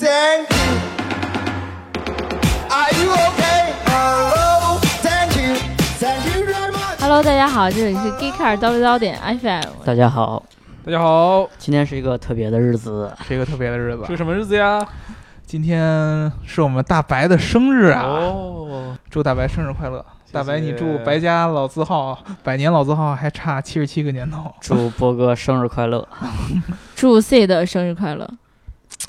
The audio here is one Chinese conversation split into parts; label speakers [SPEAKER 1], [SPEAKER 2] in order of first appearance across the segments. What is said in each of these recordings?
[SPEAKER 1] Oh,
[SPEAKER 2] Hello，大家好，这里是 Geeker 叨逼叨点 FM，
[SPEAKER 3] 大家好，
[SPEAKER 4] 大家好，
[SPEAKER 3] 今天是一个特别的日子，
[SPEAKER 4] 是一个特别的日子
[SPEAKER 5] 是，个什么日子呀？
[SPEAKER 4] 今天是我们大白的生日啊！
[SPEAKER 5] 哦，
[SPEAKER 4] 祝大白生日快乐！
[SPEAKER 5] 谢
[SPEAKER 4] 大白，你祝白家老字号 百年老字号还差七十七个年头。
[SPEAKER 3] 祝波哥生日快 乐！
[SPEAKER 2] 祝 C 的生日快乐。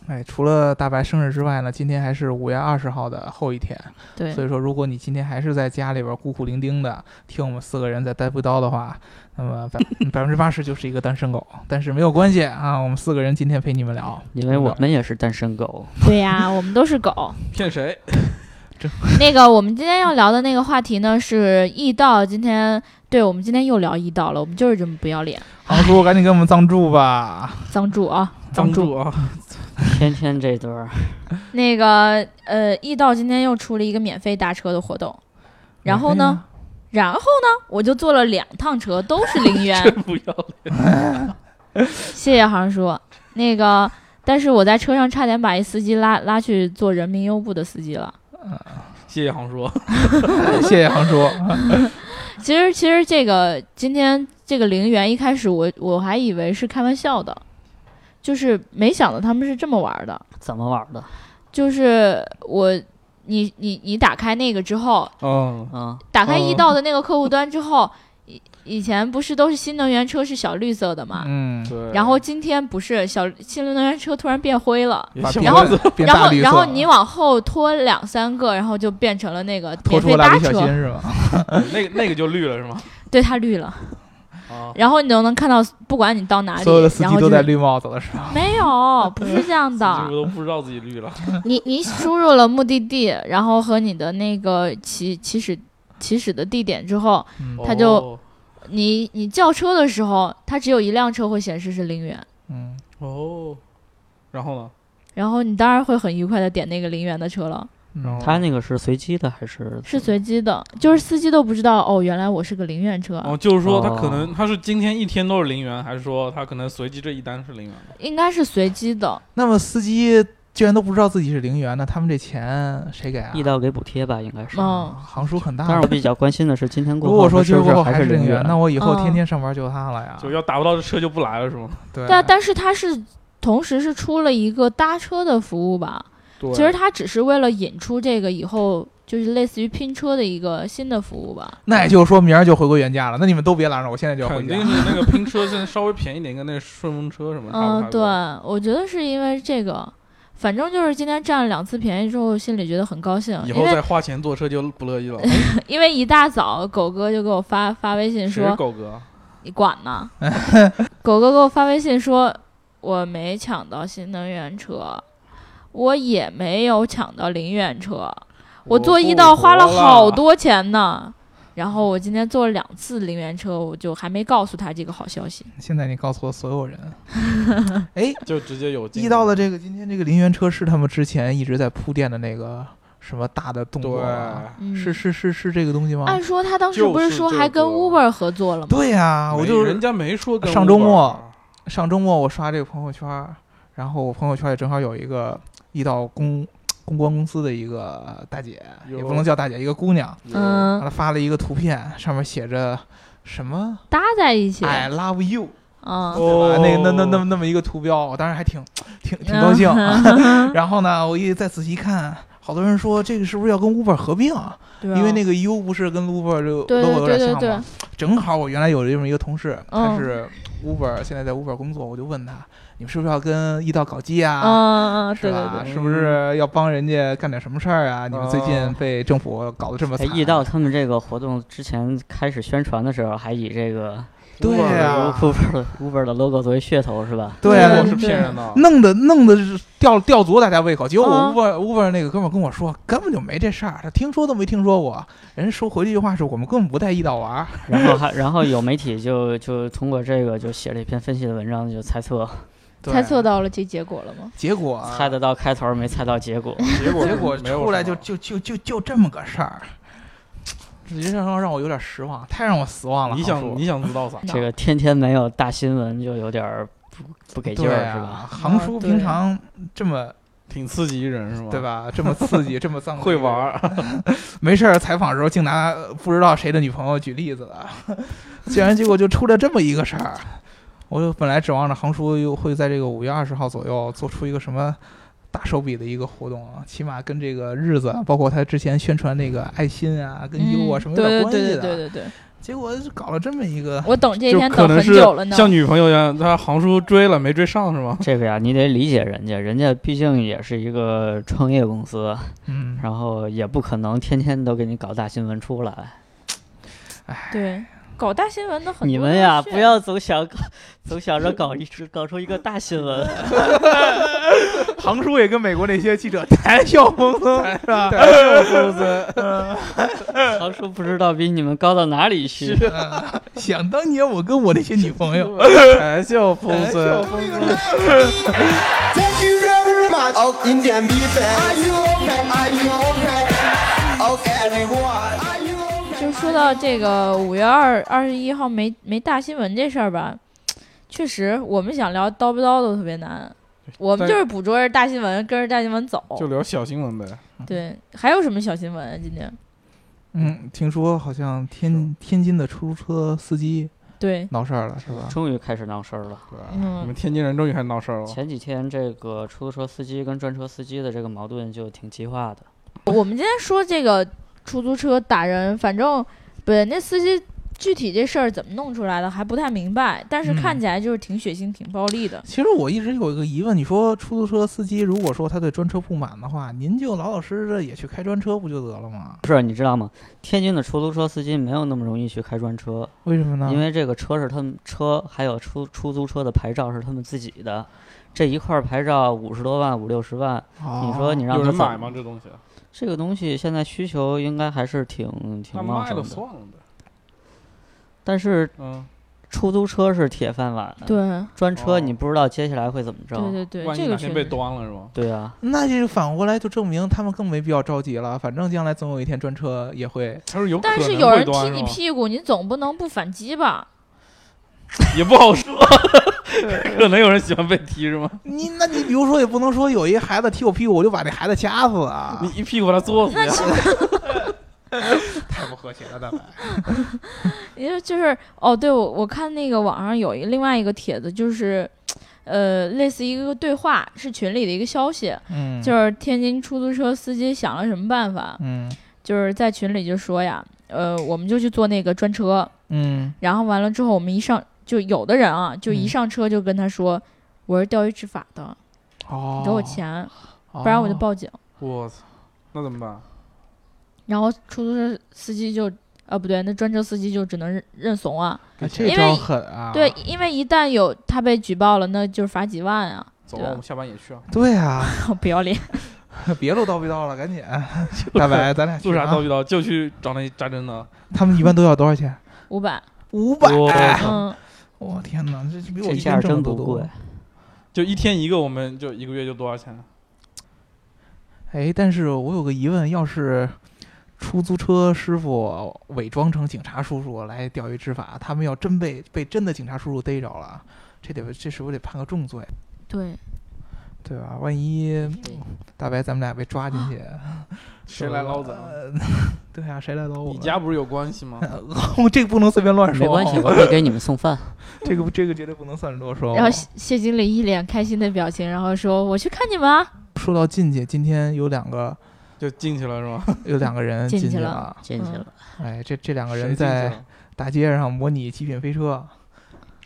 [SPEAKER 4] 哎，除了大白生日之外呢，今天还是五月二十号的后一天，
[SPEAKER 5] 嗯
[SPEAKER 2] 对，
[SPEAKER 4] 所以说如果你今天还是在家里边孤苦伶仃的听我们四个人在叨不叨的话，那么百百分之八十就是一个单身狗。但是没有关系啊，我们四个人今天陪你们 聊。
[SPEAKER 3] 因为我们也是单身狗，
[SPEAKER 2] 对呀、我们都是狗。
[SPEAKER 5] 骗谁？
[SPEAKER 2] 那个，我们今天要聊的那个话题呢是易道，今天对我们今天又聊易道了，我们就是这么不要脸，
[SPEAKER 4] 航叔，赶紧给我们藏住吧！
[SPEAKER 2] 脏住啊！
[SPEAKER 5] 当主 啊！
[SPEAKER 3] 天天这对儿，
[SPEAKER 2] 那个呃，易道今天又出了一个免费打车的活动，然后呢，然后呢，我就坐了两趟车，都是零元，
[SPEAKER 5] 不要脸！
[SPEAKER 2] 谢谢航叔。那个，但是我在车上差点把一司机拉拉去做人民优步的司机了。
[SPEAKER 5] 谢谢航叔，
[SPEAKER 4] 哎 呀？谢谢航叔。
[SPEAKER 2] 其实，其实这个今天这个陵园一开始我我还以为是开玩笑的，就是没想到他们是这么玩儿的。
[SPEAKER 3] 怎么玩的？
[SPEAKER 2] 就是我，你你你打开那个之后，
[SPEAKER 5] 嗯，
[SPEAKER 3] 嗯，
[SPEAKER 2] 打开
[SPEAKER 5] 哦
[SPEAKER 2] 易到的那个客户端之后，以、以前不是都是新能源车是小绿色的嘛？
[SPEAKER 4] 嗯，
[SPEAKER 5] 对。
[SPEAKER 2] 然后今天不是小新能源车突然变灰了，
[SPEAKER 5] 也
[SPEAKER 4] 把
[SPEAKER 5] 幸
[SPEAKER 4] 变
[SPEAKER 2] 然后
[SPEAKER 5] 亏了
[SPEAKER 4] 变
[SPEAKER 2] 然
[SPEAKER 4] 大
[SPEAKER 2] 后
[SPEAKER 4] 绿色
[SPEAKER 2] 然后你往后拖两三个，然后就变成了那个
[SPEAKER 4] 拖
[SPEAKER 2] 免
[SPEAKER 4] 出
[SPEAKER 2] 费
[SPEAKER 4] 蜡
[SPEAKER 2] 搭
[SPEAKER 4] 笔小新
[SPEAKER 2] 车，
[SPEAKER 4] 是吗？
[SPEAKER 5] 那个那个就绿了是吗？
[SPEAKER 2] 对，它绿了。
[SPEAKER 5] 啊，
[SPEAKER 2] 然后你都能看到，不管你到哪里，
[SPEAKER 4] 哦所有的司
[SPEAKER 2] 啊然
[SPEAKER 4] 机
[SPEAKER 2] 后
[SPEAKER 4] 都
[SPEAKER 2] 就
[SPEAKER 4] 戴
[SPEAKER 2] 是
[SPEAKER 4] 绿帽子了是吧？
[SPEAKER 2] 没有，不是这样
[SPEAKER 5] 我
[SPEAKER 2] 的。
[SPEAKER 5] 都不知道自己绿了。
[SPEAKER 2] 你你输入了目的地，然后和你的那个起起始起始的地点之后，
[SPEAKER 4] 嗯
[SPEAKER 2] 他就
[SPEAKER 5] 哦
[SPEAKER 2] 你你叫车的时候，它只有一辆车会显示是零元，
[SPEAKER 4] 嗯，
[SPEAKER 5] 哦，然后呢？
[SPEAKER 2] 然后你当然会很愉快的点那个零元的车了，
[SPEAKER 4] 然后
[SPEAKER 3] 他那个是随机的还是？
[SPEAKER 2] 是随机的，就是司机都不知道哦，原来我是个零元车，
[SPEAKER 5] 哦，就是说他
[SPEAKER 3] 哦
[SPEAKER 5] 可能他是今天一天都是零元，还是说他可能随机这一单是零元的？
[SPEAKER 2] 应该是随机的，
[SPEAKER 4] 那么司机居然都不知道自己是零元，那他们这钱谁给啊？
[SPEAKER 3] 易道给补贴吧，应该是。
[SPEAKER 2] 嗯，
[SPEAKER 5] 哦
[SPEAKER 4] 行数很大。
[SPEAKER 3] 但是我比较关心的是，今天过
[SPEAKER 4] 哦如
[SPEAKER 3] 后
[SPEAKER 4] 果说
[SPEAKER 3] 是
[SPEAKER 4] 今
[SPEAKER 3] 不
[SPEAKER 4] 后
[SPEAKER 3] 是
[SPEAKER 4] 还
[SPEAKER 3] 是
[SPEAKER 4] 零
[SPEAKER 3] 零元？
[SPEAKER 4] 那我以后天
[SPEAKER 2] 嗯
[SPEAKER 4] 天上班就他了呀。
[SPEAKER 5] 就要达不到这车就不来了是吗？
[SPEAKER 4] 对
[SPEAKER 2] 但但是它是同时是出了一个搭车的服务吧，
[SPEAKER 5] 对
[SPEAKER 2] 其实它只是为了引出这个以后就是类似于拼车的一个新的服务吧。
[SPEAKER 4] 那也就是说明儿就回归原价了。那你们都别拦着我，现在就要回
[SPEAKER 5] 肯
[SPEAKER 4] 家
[SPEAKER 5] 定。是那个拼车现在稍微便宜点，跟那个顺风车什么差
[SPEAKER 2] 嗯，
[SPEAKER 5] 不差不
[SPEAKER 2] 对
[SPEAKER 5] 多？，
[SPEAKER 2] 我觉得是因为这个，反正就是今天占了两次便宜之后，心里觉得很高兴，
[SPEAKER 5] 以
[SPEAKER 2] 因
[SPEAKER 5] 后
[SPEAKER 2] 为
[SPEAKER 5] 再花钱坐车就不乐意了。哎
[SPEAKER 2] 因为一大早狗哥就给我发发微信
[SPEAKER 5] 谁是
[SPEAKER 2] 说
[SPEAKER 5] 狗哥？啊
[SPEAKER 2] 你管 吗？狗哥给我发微信说我没抢到新能源车，我也没有抢到零元车，我坐一道花了好多钱呢。然后我今天坐了两次零元车，我就还没告诉他这个好消息。
[SPEAKER 4] 现在你告诉我所有人，哎，
[SPEAKER 5] 就直接有
[SPEAKER 4] 易到的这个今天这个零元车是他们之前一直在铺垫的那个什么大的动
[SPEAKER 5] 对
[SPEAKER 4] 作
[SPEAKER 5] 啊
[SPEAKER 4] 吗？
[SPEAKER 2] 嗯，
[SPEAKER 4] 是是是是这个东西吗？
[SPEAKER 2] 按说他当时不
[SPEAKER 5] 就是是
[SPEAKER 2] 说
[SPEAKER 5] 这
[SPEAKER 2] 还跟
[SPEAKER 5] 个
[SPEAKER 2] Uber 合作了吗？
[SPEAKER 4] 对呀，我
[SPEAKER 5] 没
[SPEAKER 4] 就
[SPEAKER 5] 人家没说跟
[SPEAKER 4] 上周
[SPEAKER 5] Uber
[SPEAKER 4] 末上周末我刷这个朋友圈儿，然后我朋友圈里正好有一个易到公公关公司的一个大姐，
[SPEAKER 5] 哟
[SPEAKER 4] 也不能叫大姐，一个姑娘，
[SPEAKER 5] 有
[SPEAKER 2] 嗯，
[SPEAKER 4] 她发了一个图片，上面写着什么
[SPEAKER 2] 搭在一起，
[SPEAKER 4] “I love you”，
[SPEAKER 2] 嗯，
[SPEAKER 4] 对吧？
[SPEAKER 5] 哦
[SPEAKER 4] 那那那那那么一个图标，我当时还挺挺挺高兴。 然后呢，我一再仔细看，好多人说这个是不是要跟 Uber 合并啊？
[SPEAKER 2] 对啊
[SPEAKER 4] 因为那个 U 不是跟 Uber 这
[SPEAKER 2] 对
[SPEAKER 4] logo 有
[SPEAKER 2] 对
[SPEAKER 4] 点
[SPEAKER 2] 对
[SPEAKER 4] 像
[SPEAKER 2] 对对
[SPEAKER 4] 吗？，正好我原来有这么一个同事，他
[SPEAKER 2] 嗯
[SPEAKER 4] 是 Uber，现在在 Uber 工作，我就问他，你们是不是要跟易道搞基啊？
[SPEAKER 2] 嗯，嗯
[SPEAKER 4] 是
[SPEAKER 2] 对对
[SPEAKER 4] 吧？
[SPEAKER 2] 对，
[SPEAKER 4] 是不是要帮人家干点什么事儿啊？你们最近
[SPEAKER 5] 哦
[SPEAKER 4] 被政府搞得这么
[SPEAKER 3] 哎
[SPEAKER 4] 惨，，
[SPEAKER 3] 易道他们这个活动之前开始宣传的时候，还以这个
[SPEAKER 4] 对啊呀，
[SPEAKER 3] Uber 的 Uber 的 logo 作为噱头是吧？
[SPEAKER 4] 对
[SPEAKER 2] 对
[SPEAKER 4] 呀，
[SPEAKER 5] 我
[SPEAKER 4] 我
[SPEAKER 5] 啊是骗人的，
[SPEAKER 4] 弄得弄得是吊吊足大家胃口。结果我
[SPEAKER 2] 嗯
[SPEAKER 4] Uber Uber 那个哥们儿跟我说，根本就没这事儿，他听说都没听说过。人家说回这句话是我们根本不带易道玩儿，
[SPEAKER 3] 然后还然后有媒体就就通过这个就写了一篇分析的文章，就猜 测
[SPEAKER 4] 对
[SPEAKER 2] 猜测到了这结果了吗？
[SPEAKER 4] 结果
[SPEAKER 3] 猜得到开头没猜到结果。
[SPEAKER 5] 结果
[SPEAKER 4] 结果
[SPEAKER 5] 没有
[SPEAKER 4] 出来
[SPEAKER 5] 什
[SPEAKER 4] 就
[SPEAKER 5] 么
[SPEAKER 4] 就就就就这么个事儿，直接让让我有点失望，太让我失望了。
[SPEAKER 5] 你
[SPEAKER 4] 航
[SPEAKER 5] 想
[SPEAKER 4] 叔
[SPEAKER 5] 你想知道啥？
[SPEAKER 3] 这个天天没有大新闻，就有点儿不不给劲
[SPEAKER 4] 对
[SPEAKER 3] 儿、是吧？
[SPEAKER 4] 啊，航
[SPEAKER 2] 啊
[SPEAKER 4] 叔
[SPEAKER 2] 对
[SPEAKER 4] 平
[SPEAKER 2] 啊
[SPEAKER 4] 常这么
[SPEAKER 5] 挺刺激一人是吧？
[SPEAKER 4] 对？吧？这么刺激，这么脏，
[SPEAKER 5] 会玩，儿，
[SPEAKER 4] 没事儿采访的时候竟拿不知道谁的女朋友举例子了，竟然结果就出了这么一个事儿。我就本来指望着航叔又会在这个五月二十号左右做出一个什么大手笔的一个活动啊，起码跟这个日子，啊包括他之前宣传那个爱心啊、跟优啊什么有
[SPEAKER 2] 嗯对
[SPEAKER 4] 点关系
[SPEAKER 2] 对对
[SPEAKER 4] 的。
[SPEAKER 2] 对对 对，
[SPEAKER 4] 结果搞了这么一个，
[SPEAKER 2] 我等这一
[SPEAKER 5] 就
[SPEAKER 2] 天
[SPEAKER 5] 可
[SPEAKER 2] 等
[SPEAKER 5] 能
[SPEAKER 2] 很
[SPEAKER 5] 是
[SPEAKER 2] 久了呢。
[SPEAKER 5] 像女朋友一样，他航叔追了没追上是 吗？
[SPEAKER 3] 这个呀，你得理解人家，人家毕竟也是一个创业公司，
[SPEAKER 4] 嗯，
[SPEAKER 3] 然后也不可能天天都给你搞大新闻出来。
[SPEAKER 2] 对，搞大新闻的很多
[SPEAKER 3] 你们呀，
[SPEAKER 2] 都是
[SPEAKER 3] 不要总想搞， 总想着搞一只搞出一个大 新闻。
[SPEAKER 4] 航叔也跟美国那些记者谈笑风 生，是吧？
[SPEAKER 5] 哎 公司
[SPEAKER 3] 常叔不知道比你们高到哪里去。
[SPEAKER 4] 啊想当年我跟我那些女朋
[SPEAKER 5] 哎
[SPEAKER 4] 友，
[SPEAKER 5] 谈笑风生，
[SPEAKER 1] Thank you very much. Oh, Indian people. Are you okay? Are you okay? Okay, everyone. Are you okay?
[SPEAKER 2] 就说到这个五月二二十一号没没大新闻这事儿吧，确实我们想聊叨不叨都特别难，我们
[SPEAKER 5] 但
[SPEAKER 2] 就是捕捉着大新闻，跟着大新闻走。
[SPEAKER 5] 就聊小新闻呗。
[SPEAKER 2] 对，还有什么小新闻啊？今天
[SPEAKER 4] 嗯，听说好像天天津的出租车司机
[SPEAKER 2] 对，
[SPEAKER 4] 闹事儿了，是吧？
[SPEAKER 3] 终于开始闹事儿了。
[SPEAKER 5] 对吧，
[SPEAKER 2] 嗯
[SPEAKER 5] 你们天津人终于开始闹事儿了。
[SPEAKER 3] 前几天这个出租车司机跟专车司机的这个矛盾就挺激化的。
[SPEAKER 2] 我们今天说这个出租车打人，反正本那司机具体这事儿怎么弄出来的还不太明白，但是
[SPEAKER 4] 嗯
[SPEAKER 2] 看起来就是挺血腥、挺暴力的。
[SPEAKER 4] 其实我一直有一个疑问，你说出租车司机如果说他对专车不满的话，您就老老实实的也去开专车不就得了吗？
[SPEAKER 3] 不是，你知道吗？天津的出租车司机没有那么容易去开专车，
[SPEAKER 4] 为什么呢？
[SPEAKER 3] 因为这个车是他们车，还有出出租车的牌照是他们自己的。这一块儿牌照五十多万、五六十万，
[SPEAKER 4] 哦
[SPEAKER 3] 你说你让
[SPEAKER 5] 有
[SPEAKER 3] 他
[SPEAKER 5] 人
[SPEAKER 3] 怎
[SPEAKER 5] 买吗？？这东西
[SPEAKER 3] 这个东西现在需求应该还是挺
[SPEAKER 5] 那
[SPEAKER 3] 挺茂
[SPEAKER 5] 卖
[SPEAKER 3] 盛
[SPEAKER 5] 了
[SPEAKER 3] 的，
[SPEAKER 5] 算了呗。
[SPEAKER 3] 但是
[SPEAKER 5] 嗯，
[SPEAKER 3] 出租车是铁饭碗，啊
[SPEAKER 2] 对，
[SPEAKER 3] 专车
[SPEAKER 5] 哦
[SPEAKER 3] 你不知道接下来会怎么着。
[SPEAKER 2] 对对对，
[SPEAKER 5] 万一
[SPEAKER 2] 这
[SPEAKER 5] 哪
[SPEAKER 2] 个确
[SPEAKER 5] 天被
[SPEAKER 2] 实。
[SPEAKER 5] 端了是吧？
[SPEAKER 3] 对啊，
[SPEAKER 4] 那就反过来就证明他们更没必要着急了，反正将来总有一天专车也会。
[SPEAKER 5] 他说有可能
[SPEAKER 2] 但
[SPEAKER 5] 会
[SPEAKER 2] 是有
[SPEAKER 5] 端，
[SPEAKER 2] 人踢你
[SPEAKER 5] 是吧
[SPEAKER 2] 屁股，你总不能不反击吧？
[SPEAKER 5] 也不 好说，可能有人喜欢被踢是吗？
[SPEAKER 4] 你那你比如说也不能说有一孩子踢我屁股，我就把这孩子掐死啊，
[SPEAKER 5] 你一屁股把他坐死呀。
[SPEAKER 4] 太不和谐了，大白。
[SPEAKER 2] 因为就是哦，对我我看那个网上有一另外一个帖子，就是，呃，类似一个对话，是群里的一个消息，
[SPEAKER 4] 嗯，
[SPEAKER 2] 就是天津出租车司机想了什么办法，
[SPEAKER 4] 嗯
[SPEAKER 2] 就是在群里就说呀，呃，我们就去坐那个专车，
[SPEAKER 4] 嗯
[SPEAKER 2] 然后完了之后，我们一上就有的人啊，就一
[SPEAKER 4] 嗯
[SPEAKER 2] 上车就跟他说，我是钓鱼执法的，
[SPEAKER 4] 哦
[SPEAKER 2] 你，给我，钱，
[SPEAKER 4] 不
[SPEAKER 2] 不然我就。报警。
[SPEAKER 5] 我操，那怎么办？
[SPEAKER 2] 然后出租车司机就。啊，不对，那专车司机就只能认认怂啊。
[SPEAKER 4] 哎这
[SPEAKER 2] 因为
[SPEAKER 4] 招狠啊！
[SPEAKER 2] 对，因为一旦有他被举报了，那就是罚几万啊。
[SPEAKER 5] 走
[SPEAKER 2] 对
[SPEAKER 5] 吧，
[SPEAKER 2] 啊
[SPEAKER 5] 我们下班也去啊。
[SPEAKER 4] 对啊，
[SPEAKER 2] 不要脸。
[SPEAKER 4] 别录叨逼叨了，赶紧， 大白，咱俩去
[SPEAKER 5] 做啥
[SPEAKER 4] 啊
[SPEAKER 5] 叨逼叨？就去找那扎针 的。
[SPEAKER 4] 他们一般都要多少钱？
[SPEAKER 2] 五百，
[SPEAKER 4] 五百。
[SPEAKER 5] 哇
[SPEAKER 4] 哦
[SPEAKER 2] 嗯，
[SPEAKER 4] 我天哪，这比我
[SPEAKER 3] 这
[SPEAKER 4] 一
[SPEAKER 3] 价
[SPEAKER 4] 天
[SPEAKER 3] 儿
[SPEAKER 4] 挣
[SPEAKER 3] 真
[SPEAKER 4] 的都
[SPEAKER 3] 不
[SPEAKER 4] 多
[SPEAKER 3] 贵。。
[SPEAKER 5] 就一天一个，我们就一个月就多少钱？
[SPEAKER 4] 哎，但是我有个疑问，要是出租车师傅伪装成警察叔叔来钓鱼执法，他们要真被被真的警察叔叔逮着了，这得这是不是得判个重罪，
[SPEAKER 2] 对，
[SPEAKER 4] 对吧？万一
[SPEAKER 2] 对
[SPEAKER 4] 大白咱们俩被抓进去，
[SPEAKER 5] 啊谁来捞咱？
[SPEAKER 4] 呃？对啊，谁来捞我
[SPEAKER 5] 你
[SPEAKER 4] 们？
[SPEAKER 5] 家不是有关系吗？
[SPEAKER 2] 嗯
[SPEAKER 4] 我 这个不能随便乱说，
[SPEAKER 3] 没关系，，我会给你们送饭。
[SPEAKER 4] 这个这个绝对不能算多说。
[SPEAKER 2] 然后谢谢经理一脸开心的表情，然后说：“我去看你们啊。
[SPEAKER 4] 说到进去，今天有两个
[SPEAKER 5] 就进去了是吗？
[SPEAKER 4] 有两个人
[SPEAKER 2] 进
[SPEAKER 4] 进
[SPEAKER 2] 去了
[SPEAKER 4] 了，
[SPEAKER 3] 进去
[SPEAKER 2] 嗯
[SPEAKER 3] 了，
[SPEAKER 4] 哎，这这两个
[SPEAKER 5] 谁
[SPEAKER 4] 人
[SPEAKER 5] 进去
[SPEAKER 4] 在
[SPEAKER 5] 了
[SPEAKER 4] 大街上模拟极品飞车，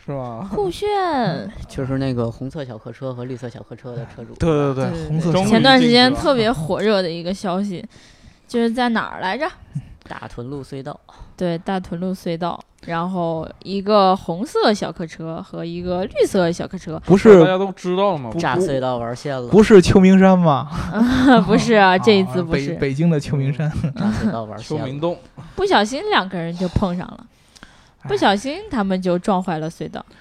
[SPEAKER 5] 是吧”？
[SPEAKER 2] 酷炫，
[SPEAKER 4] 嗯
[SPEAKER 3] 就是那个红色小客车和绿色小客车的车主。
[SPEAKER 4] 对对
[SPEAKER 2] 对对
[SPEAKER 4] 红色
[SPEAKER 5] 对
[SPEAKER 4] 小
[SPEAKER 2] 前段时间
[SPEAKER 5] 终于进去了
[SPEAKER 2] 特别火热的一个消息，就是在哪儿来着？
[SPEAKER 3] 大屯路隧道，
[SPEAKER 2] 对，大屯路隧道，然后一个红色小客车和一个绿色小客车，
[SPEAKER 4] 不
[SPEAKER 5] 大
[SPEAKER 4] 是
[SPEAKER 5] 家都知道了吗？
[SPEAKER 3] 炸隧道玩线了，
[SPEAKER 4] 不是秋名山吗？
[SPEAKER 2] 不是啊，这一
[SPEAKER 4] 啊
[SPEAKER 2] 次不
[SPEAKER 4] 北
[SPEAKER 2] 是，
[SPEAKER 4] 北京的秋名山，
[SPEAKER 3] 炸隧道玩
[SPEAKER 5] 秋明
[SPEAKER 3] 线了。
[SPEAKER 5] 洞，
[SPEAKER 2] 不小心两个人就碰上了，不小心他们就撞坏了隧道。
[SPEAKER 5] 嗯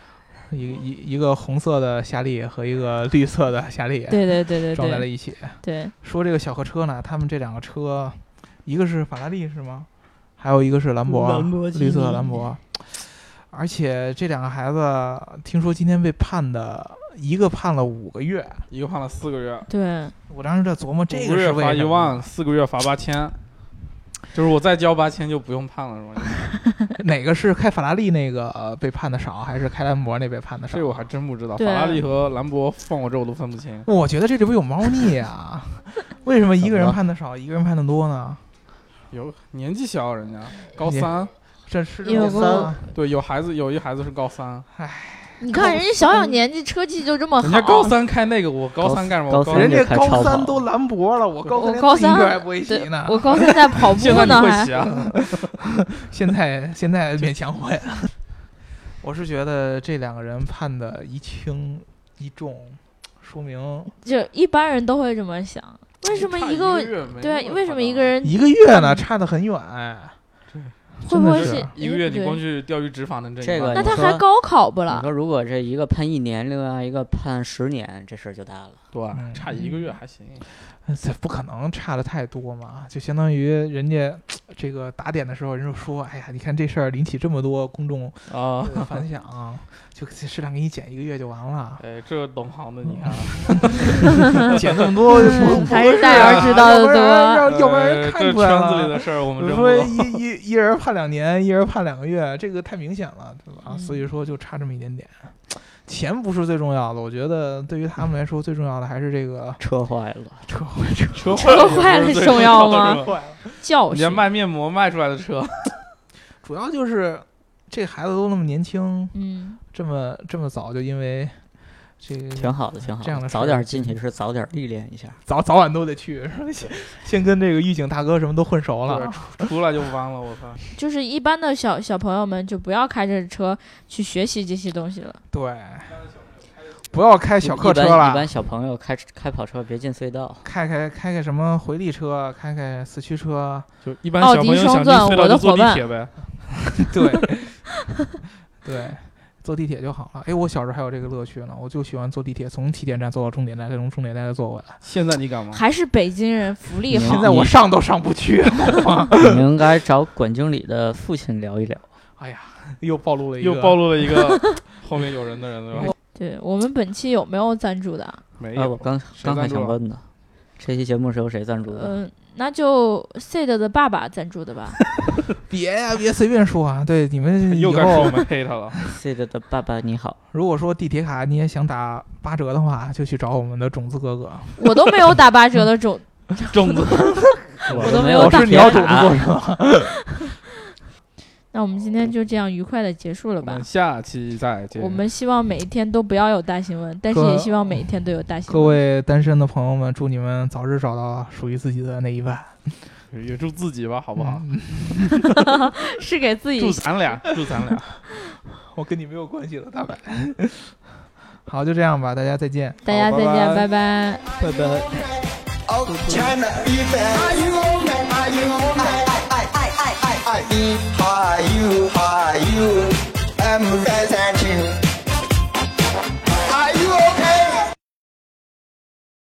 [SPEAKER 4] 一个一一个红色的夏利和一个绿色的夏利
[SPEAKER 2] 对对对对
[SPEAKER 4] 哎撞在了
[SPEAKER 2] 对
[SPEAKER 4] 一起。
[SPEAKER 2] 对，
[SPEAKER 4] 说这个小客车呢，他们这两个车，一个是法拉利是吗？还有一个是兰博，
[SPEAKER 3] 兰博基尼
[SPEAKER 4] 绿色的兰博。而且这两个孩子听说今天被判的一个判了五个月，
[SPEAKER 5] 一个判了四个月，
[SPEAKER 2] 对，
[SPEAKER 4] 我当时在琢磨这
[SPEAKER 5] 五
[SPEAKER 4] 个
[SPEAKER 5] 个
[SPEAKER 4] 是
[SPEAKER 5] 月
[SPEAKER 4] 为
[SPEAKER 5] 罚
[SPEAKER 4] 什
[SPEAKER 5] 一
[SPEAKER 4] 么
[SPEAKER 5] 万，，四个月罚八千，就是我再交八千就不用判了，是吧？
[SPEAKER 4] 哪个是开法拉利那个、呃被判的少，还是开兰博那被判的少？
[SPEAKER 5] 这我还真不知道，法
[SPEAKER 2] 对
[SPEAKER 5] 拉利和兰博放我这我都分不清。
[SPEAKER 4] 我觉得这里边有猫腻 啊，为什么一个
[SPEAKER 3] 怎么
[SPEAKER 4] 人
[SPEAKER 3] 了
[SPEAKER 4] 判的少，一个人判的多呢？
[SPEAKER 5] 有年纪小，啊人家高
[SPEAKER 4] 你
[SPEAKER 5] 三，
[SPEAKER 4] 这是这
[SPEAKER 2] 有
[SPEAKER 4] 种
[SPEAKER 2] 个
[SPEAKER 4] 吗
[SPEAKER 5] 对，有孩子，有一孩子是高三，
[SPEAKER 2] 哦你看人家小小年纪车技就这么好，
[SPEAKER 5] 人家高三开那个，我高三干什么？我
[SPEAKER 3] 高
[SPEAKER 5] 三
[SPEAKER 3] 三
[SPEAKER 4] 人家
[SPEAKER 3] 就开
[SPEAKER 4] 高
[SPEAKER 3] 超
[SPEAKER 4] 三
[SPEAKER 3] 跑
[SPEAKER 4] 都兰博了，我高
[SPEAKER 2] 我
[SPEAKER 4] 三连
[SPEAKER 2] 高
[SPEAKER 4] 自行车
[SPEAKER 2] 三
[SPEAKER 4] 还不会骑
[SPEAKER 2] 对
[SPEAKER 4] 呢。
[SPEAKER 2] 我高三在跑步
[SPEAKER 5] 现在你
[SPEAKER 2] 呢，
[SPEAKER 5] 会
[SPEAKER 2] 还
[SPEAKER 5] 骑啊？
[SPEAKER 4] 现在现在勉强会了。 我是觉得这两个人判的一轻一重，说明
[SPEAKER 2] 就一般人都会这么想。 为什么
[SPEAKER 5] 差
[SPEAKER 2] 一
[SPEAKER 5] 个
[SPEAKER 2] 个
[SPEAKER 5] 月没
[SPEAKER 2] 对
[SPEAKER 5] 那
[SPEAKER 2] 啊？为什么一
[SPEAKER 5] 夸
[SPEAKER 2] 个
[SPEAKER 5] 张
[SPEAKER 2] 人
[SPEAKER 4] 一个月呢差得很远。
[SPEAKER 2] 会不会
[SPEAKER 4] 真的是
[SPEAKER 5] 一个月你光
[SPEAKER 2] 对
[SPEAKER 5] 去钓鱼执法能挣一
[SPEAKER 3] 这个
[SPEAKER 5] 万
[SPEAKER 2] 那
[SPEAKER 3] 你
[SPEAKER 2] 他
[SPEAKER 3] 说
[SPEAKER 2] 还高考不
[SPEAKER 3] 你
[SPEAKER 2] 了？
[SPEAKER 3] 说如果这一个判一年，另外一个判十年，这事儿就大了。
[SPEAKER 5] 对，
[SPEAKER 4] 嗯
[SPEAKER 5] 啊差一个月还行。
[SPEAKER 4] 这不可能差的太多嘛，就相当于人家这个打点的时候，人就说：“哎呀，你看这事儿引起这么多公众
[SPEAKER 5] 啊，
[SPEAKER 4] 呃反响啊，就适当给你减一个月就完 了，
[SPEAKER 5] 哎，这懂行的你看，啊
[SPEAKER 4] 减这么 多不不合
[SPEAKER 2] 嗯还是
[SPEAKER 4] 适
[SPEAKER 2] 大
[SPEAKER 4] 啊
[SPEAKER 2] 姚知 道
[SPEAKER 4] 要
[SPEAKER 2] 的
[SPEAKER 4] 不然
[SPEAKER 2] 多。
[SPEAKER 4] 让 要不然人
[SPEAKER 5] 呃
[SPEAKER 4] 看
[SPEAKER 5] 这
[SPEAKER 4] 出来
[SPEAKER 5] 圈子里
[SPEAKER 4] 了。
[SPEAKER 5] 的事儿我们
[SPEAKER 4] 我
[SPEAKER 5] 真
[SPEAKER 4] 说
[SPEAKER 5] 不
[SPEAKER 4] 一一一人判两年，一人判两个月，这个太明显了，对吧？啊
[SPEAKER 2] 嗯
[SPEAKER 4] 所以说就差这么一点点，钱不是最重要的，我觉得对于他们来说最重要的还是这个
[SPEAKER 3] 车坏了，
[SPEAKER 4] 车祸车
[SPEAKER 5] 车
[SPEAKER 2] 车
[SPEAKER 5] 坏
[SPEAKER 2] 坏
[SPEAKER 5] 了
[SPEAKER 2] 了
[SPEAKER 5] 也不是最
[SPEAKER 2] 重要
[SPEAKER 5] 的
[SPEAKER 2] 吗
[SPEAKER 5] 是吧？
[SPEAKER 4] 坏了。
[SPEAKER 2] 教
[SPEAKER 5] 人家
[SPEAKER 2] 训
[SPEAKER 5] 卖面膜卖出来的车，
[SPEAKER 4] 主要就是这孩子都那么年轻，
[SPEAKER 2] 嗯，
[SPEAKER 4] 这么这么早就因为这个
[SPEAKER 3] 挺好的，挺好
[SPEAKER 4] 这样
[SPEAKER 3] 的。
[SPEAKER 4] 的事
[SPEAKER 3] 早
[SPEAKER 4] 儿
[SPEAKER 3] 点进去是早点历练一下。
[SPEAKER 4] 早早晚都得去， 先先跟这个狱警大哥什么都混熟了。
[SPEAKER 5] 对，出出来就弯了，我操！
[SPEAKER 2] 就是一般的小小朋友们就不要开着车去学习这些东西了。
[SPEAKER 4] 对，不要开小客车
[SPEAKER 3] 一般一
[SPEAKER 4] 了
[SPEAKER 3] 般，小朋友开开跑车别进隧 道，
[SPEAKER 4] 开开开开什么回力车，开开四驱车，
[SPEAKER 5] 就一般
[SPEAKER 2] 奥
[SPEAKER 5] 小
[SPEAKER 2] 迪
[SPEAKER 5] 朋友
[SPEAKER 2] 双
[SPEAKER 5] 想进
[SPEAKER 2] 钻
[SPEAKER 5] 隧
[SPEAKER 2] 我
[SPEAKER 5] 道
[SPEAKER 2] 的
[SPEAKER 5] 就坐
[SPEAKER 2] 伙
[SPEAKER 5] 地
[SPEAKER 2] 伴
[SPEAKER 5] 铁呗。
[SPEAKER 4] 对对，坐地铁就好了。哎，我小时候还有这个乐趣呢，我就喜欢坐地铁，从起点站坐到终点站，再从终点站再坐回来。
[SPEAKER 5] 现在你
[SPEAKER 4] 嗯
[SPEAKER 5] 敢吗？
[SPEAKER 2] 还是北京人福利
[SPEAKER 3] 嗯
[SPEAKER 5] 啊
[SPEAKER 2] 好
[SPEAKER 4] 现，在我上都上不去，
[SPEAKER 3] 你应该找管经理的父亲聊一聊。
[SPEAKER 4] 哎呀，又暴露了一个
[SPEAKER 5] 又暴露了一个 后面有人的人，对吧？
[SPEAKER 2] 对我们本期有没有赞助的啊？
[SPEAKER 5] 没
[SPEAKER 3] 哎，我
[SPEAKER 5] 有，
[SPEAKER 3] 刚
[SPEAKER 5] 谁
[SPEAKER 3] 刚还
[SPEAKER 5] 赞助
[SPEAKER 3] 想
[SPEAKER 5] 啊
[SPEAKER 3] 问呢，这期节目是由谁赞助
[SPEAKER 4] 呃
[SPEAKER 3] 的？
[SPEAKER 2] 嗯，那就 Sid 的爸爸赞助的 吧。
[SPEAKER 4] 别呀、别随便说啊！对你们 以
[SPEAKER 5] 又该说我
[SPEAKER 4] 后，
[SPEAKER 5] 们黑他 了。
[SPEAKER 3] Sid 的爸爸你好，
[SPEAKER 4] 如果说地铁卡你也想打八折的话，就去找我们的种子哥哥。
[SPEAKER 2] 我都没有打八折的种，
[SPEAKER 5] 粽子，
[SPEAKER 2] 我都
[SPEAKER 3] 都没
[SPEAKER 2] 没
[SPEAKER 3] 有
[SPEAKER 2] 有
[SPEAKER 4] 老
[SPEAKER 2] 打
[SPEAKER 3] 打
[SPEAKER 4] 师，
[SPEAKER 2] 铁
[SPEAKER 4] 你要种
[SPEAKER 3] 卡
[SPEAKER 4] 子做什么？
[SPEAKER 2] 那我们今天就这样愉快的结束了
[SPEAKER 5] 我
[SPEAKER 2] 吧
[SPEAKER 5] 们。下期再见。
[SPEAKER 2] 我们希望每一天都不要有大新闻，但是
[SPEAKER 4] 各
[SPEAKER 2] 也希望每一天都有大新
[SPEAKER 4] 各
[SPEAKER 2] 闻。
[SPEAKER 4] 位单身的朋友们，祝你们早日找到属于自己的那一半，
[SPEAKER 5] 也祝自己吧，好不好？
[SPEAKER 4] 嗯
[SPEAKER 2] 是给自己
[SPEAKER 5] 祝咱俩，祝咱俩。
[SPEAKER 4] 我跟你没有关系了，大白。 好，就这样吧，大家再见。
[SPEAKER 2] 大家再见，
[SPEAKER 5] 好拜拜
[SPEAKER 1] Are
[SPEAKER 2] 拜拜
[SPEAKER 1] you okay? Oh, China, be bad. Are you okay? Are you okay? I, I, I, I, I, I, I, I, I, I,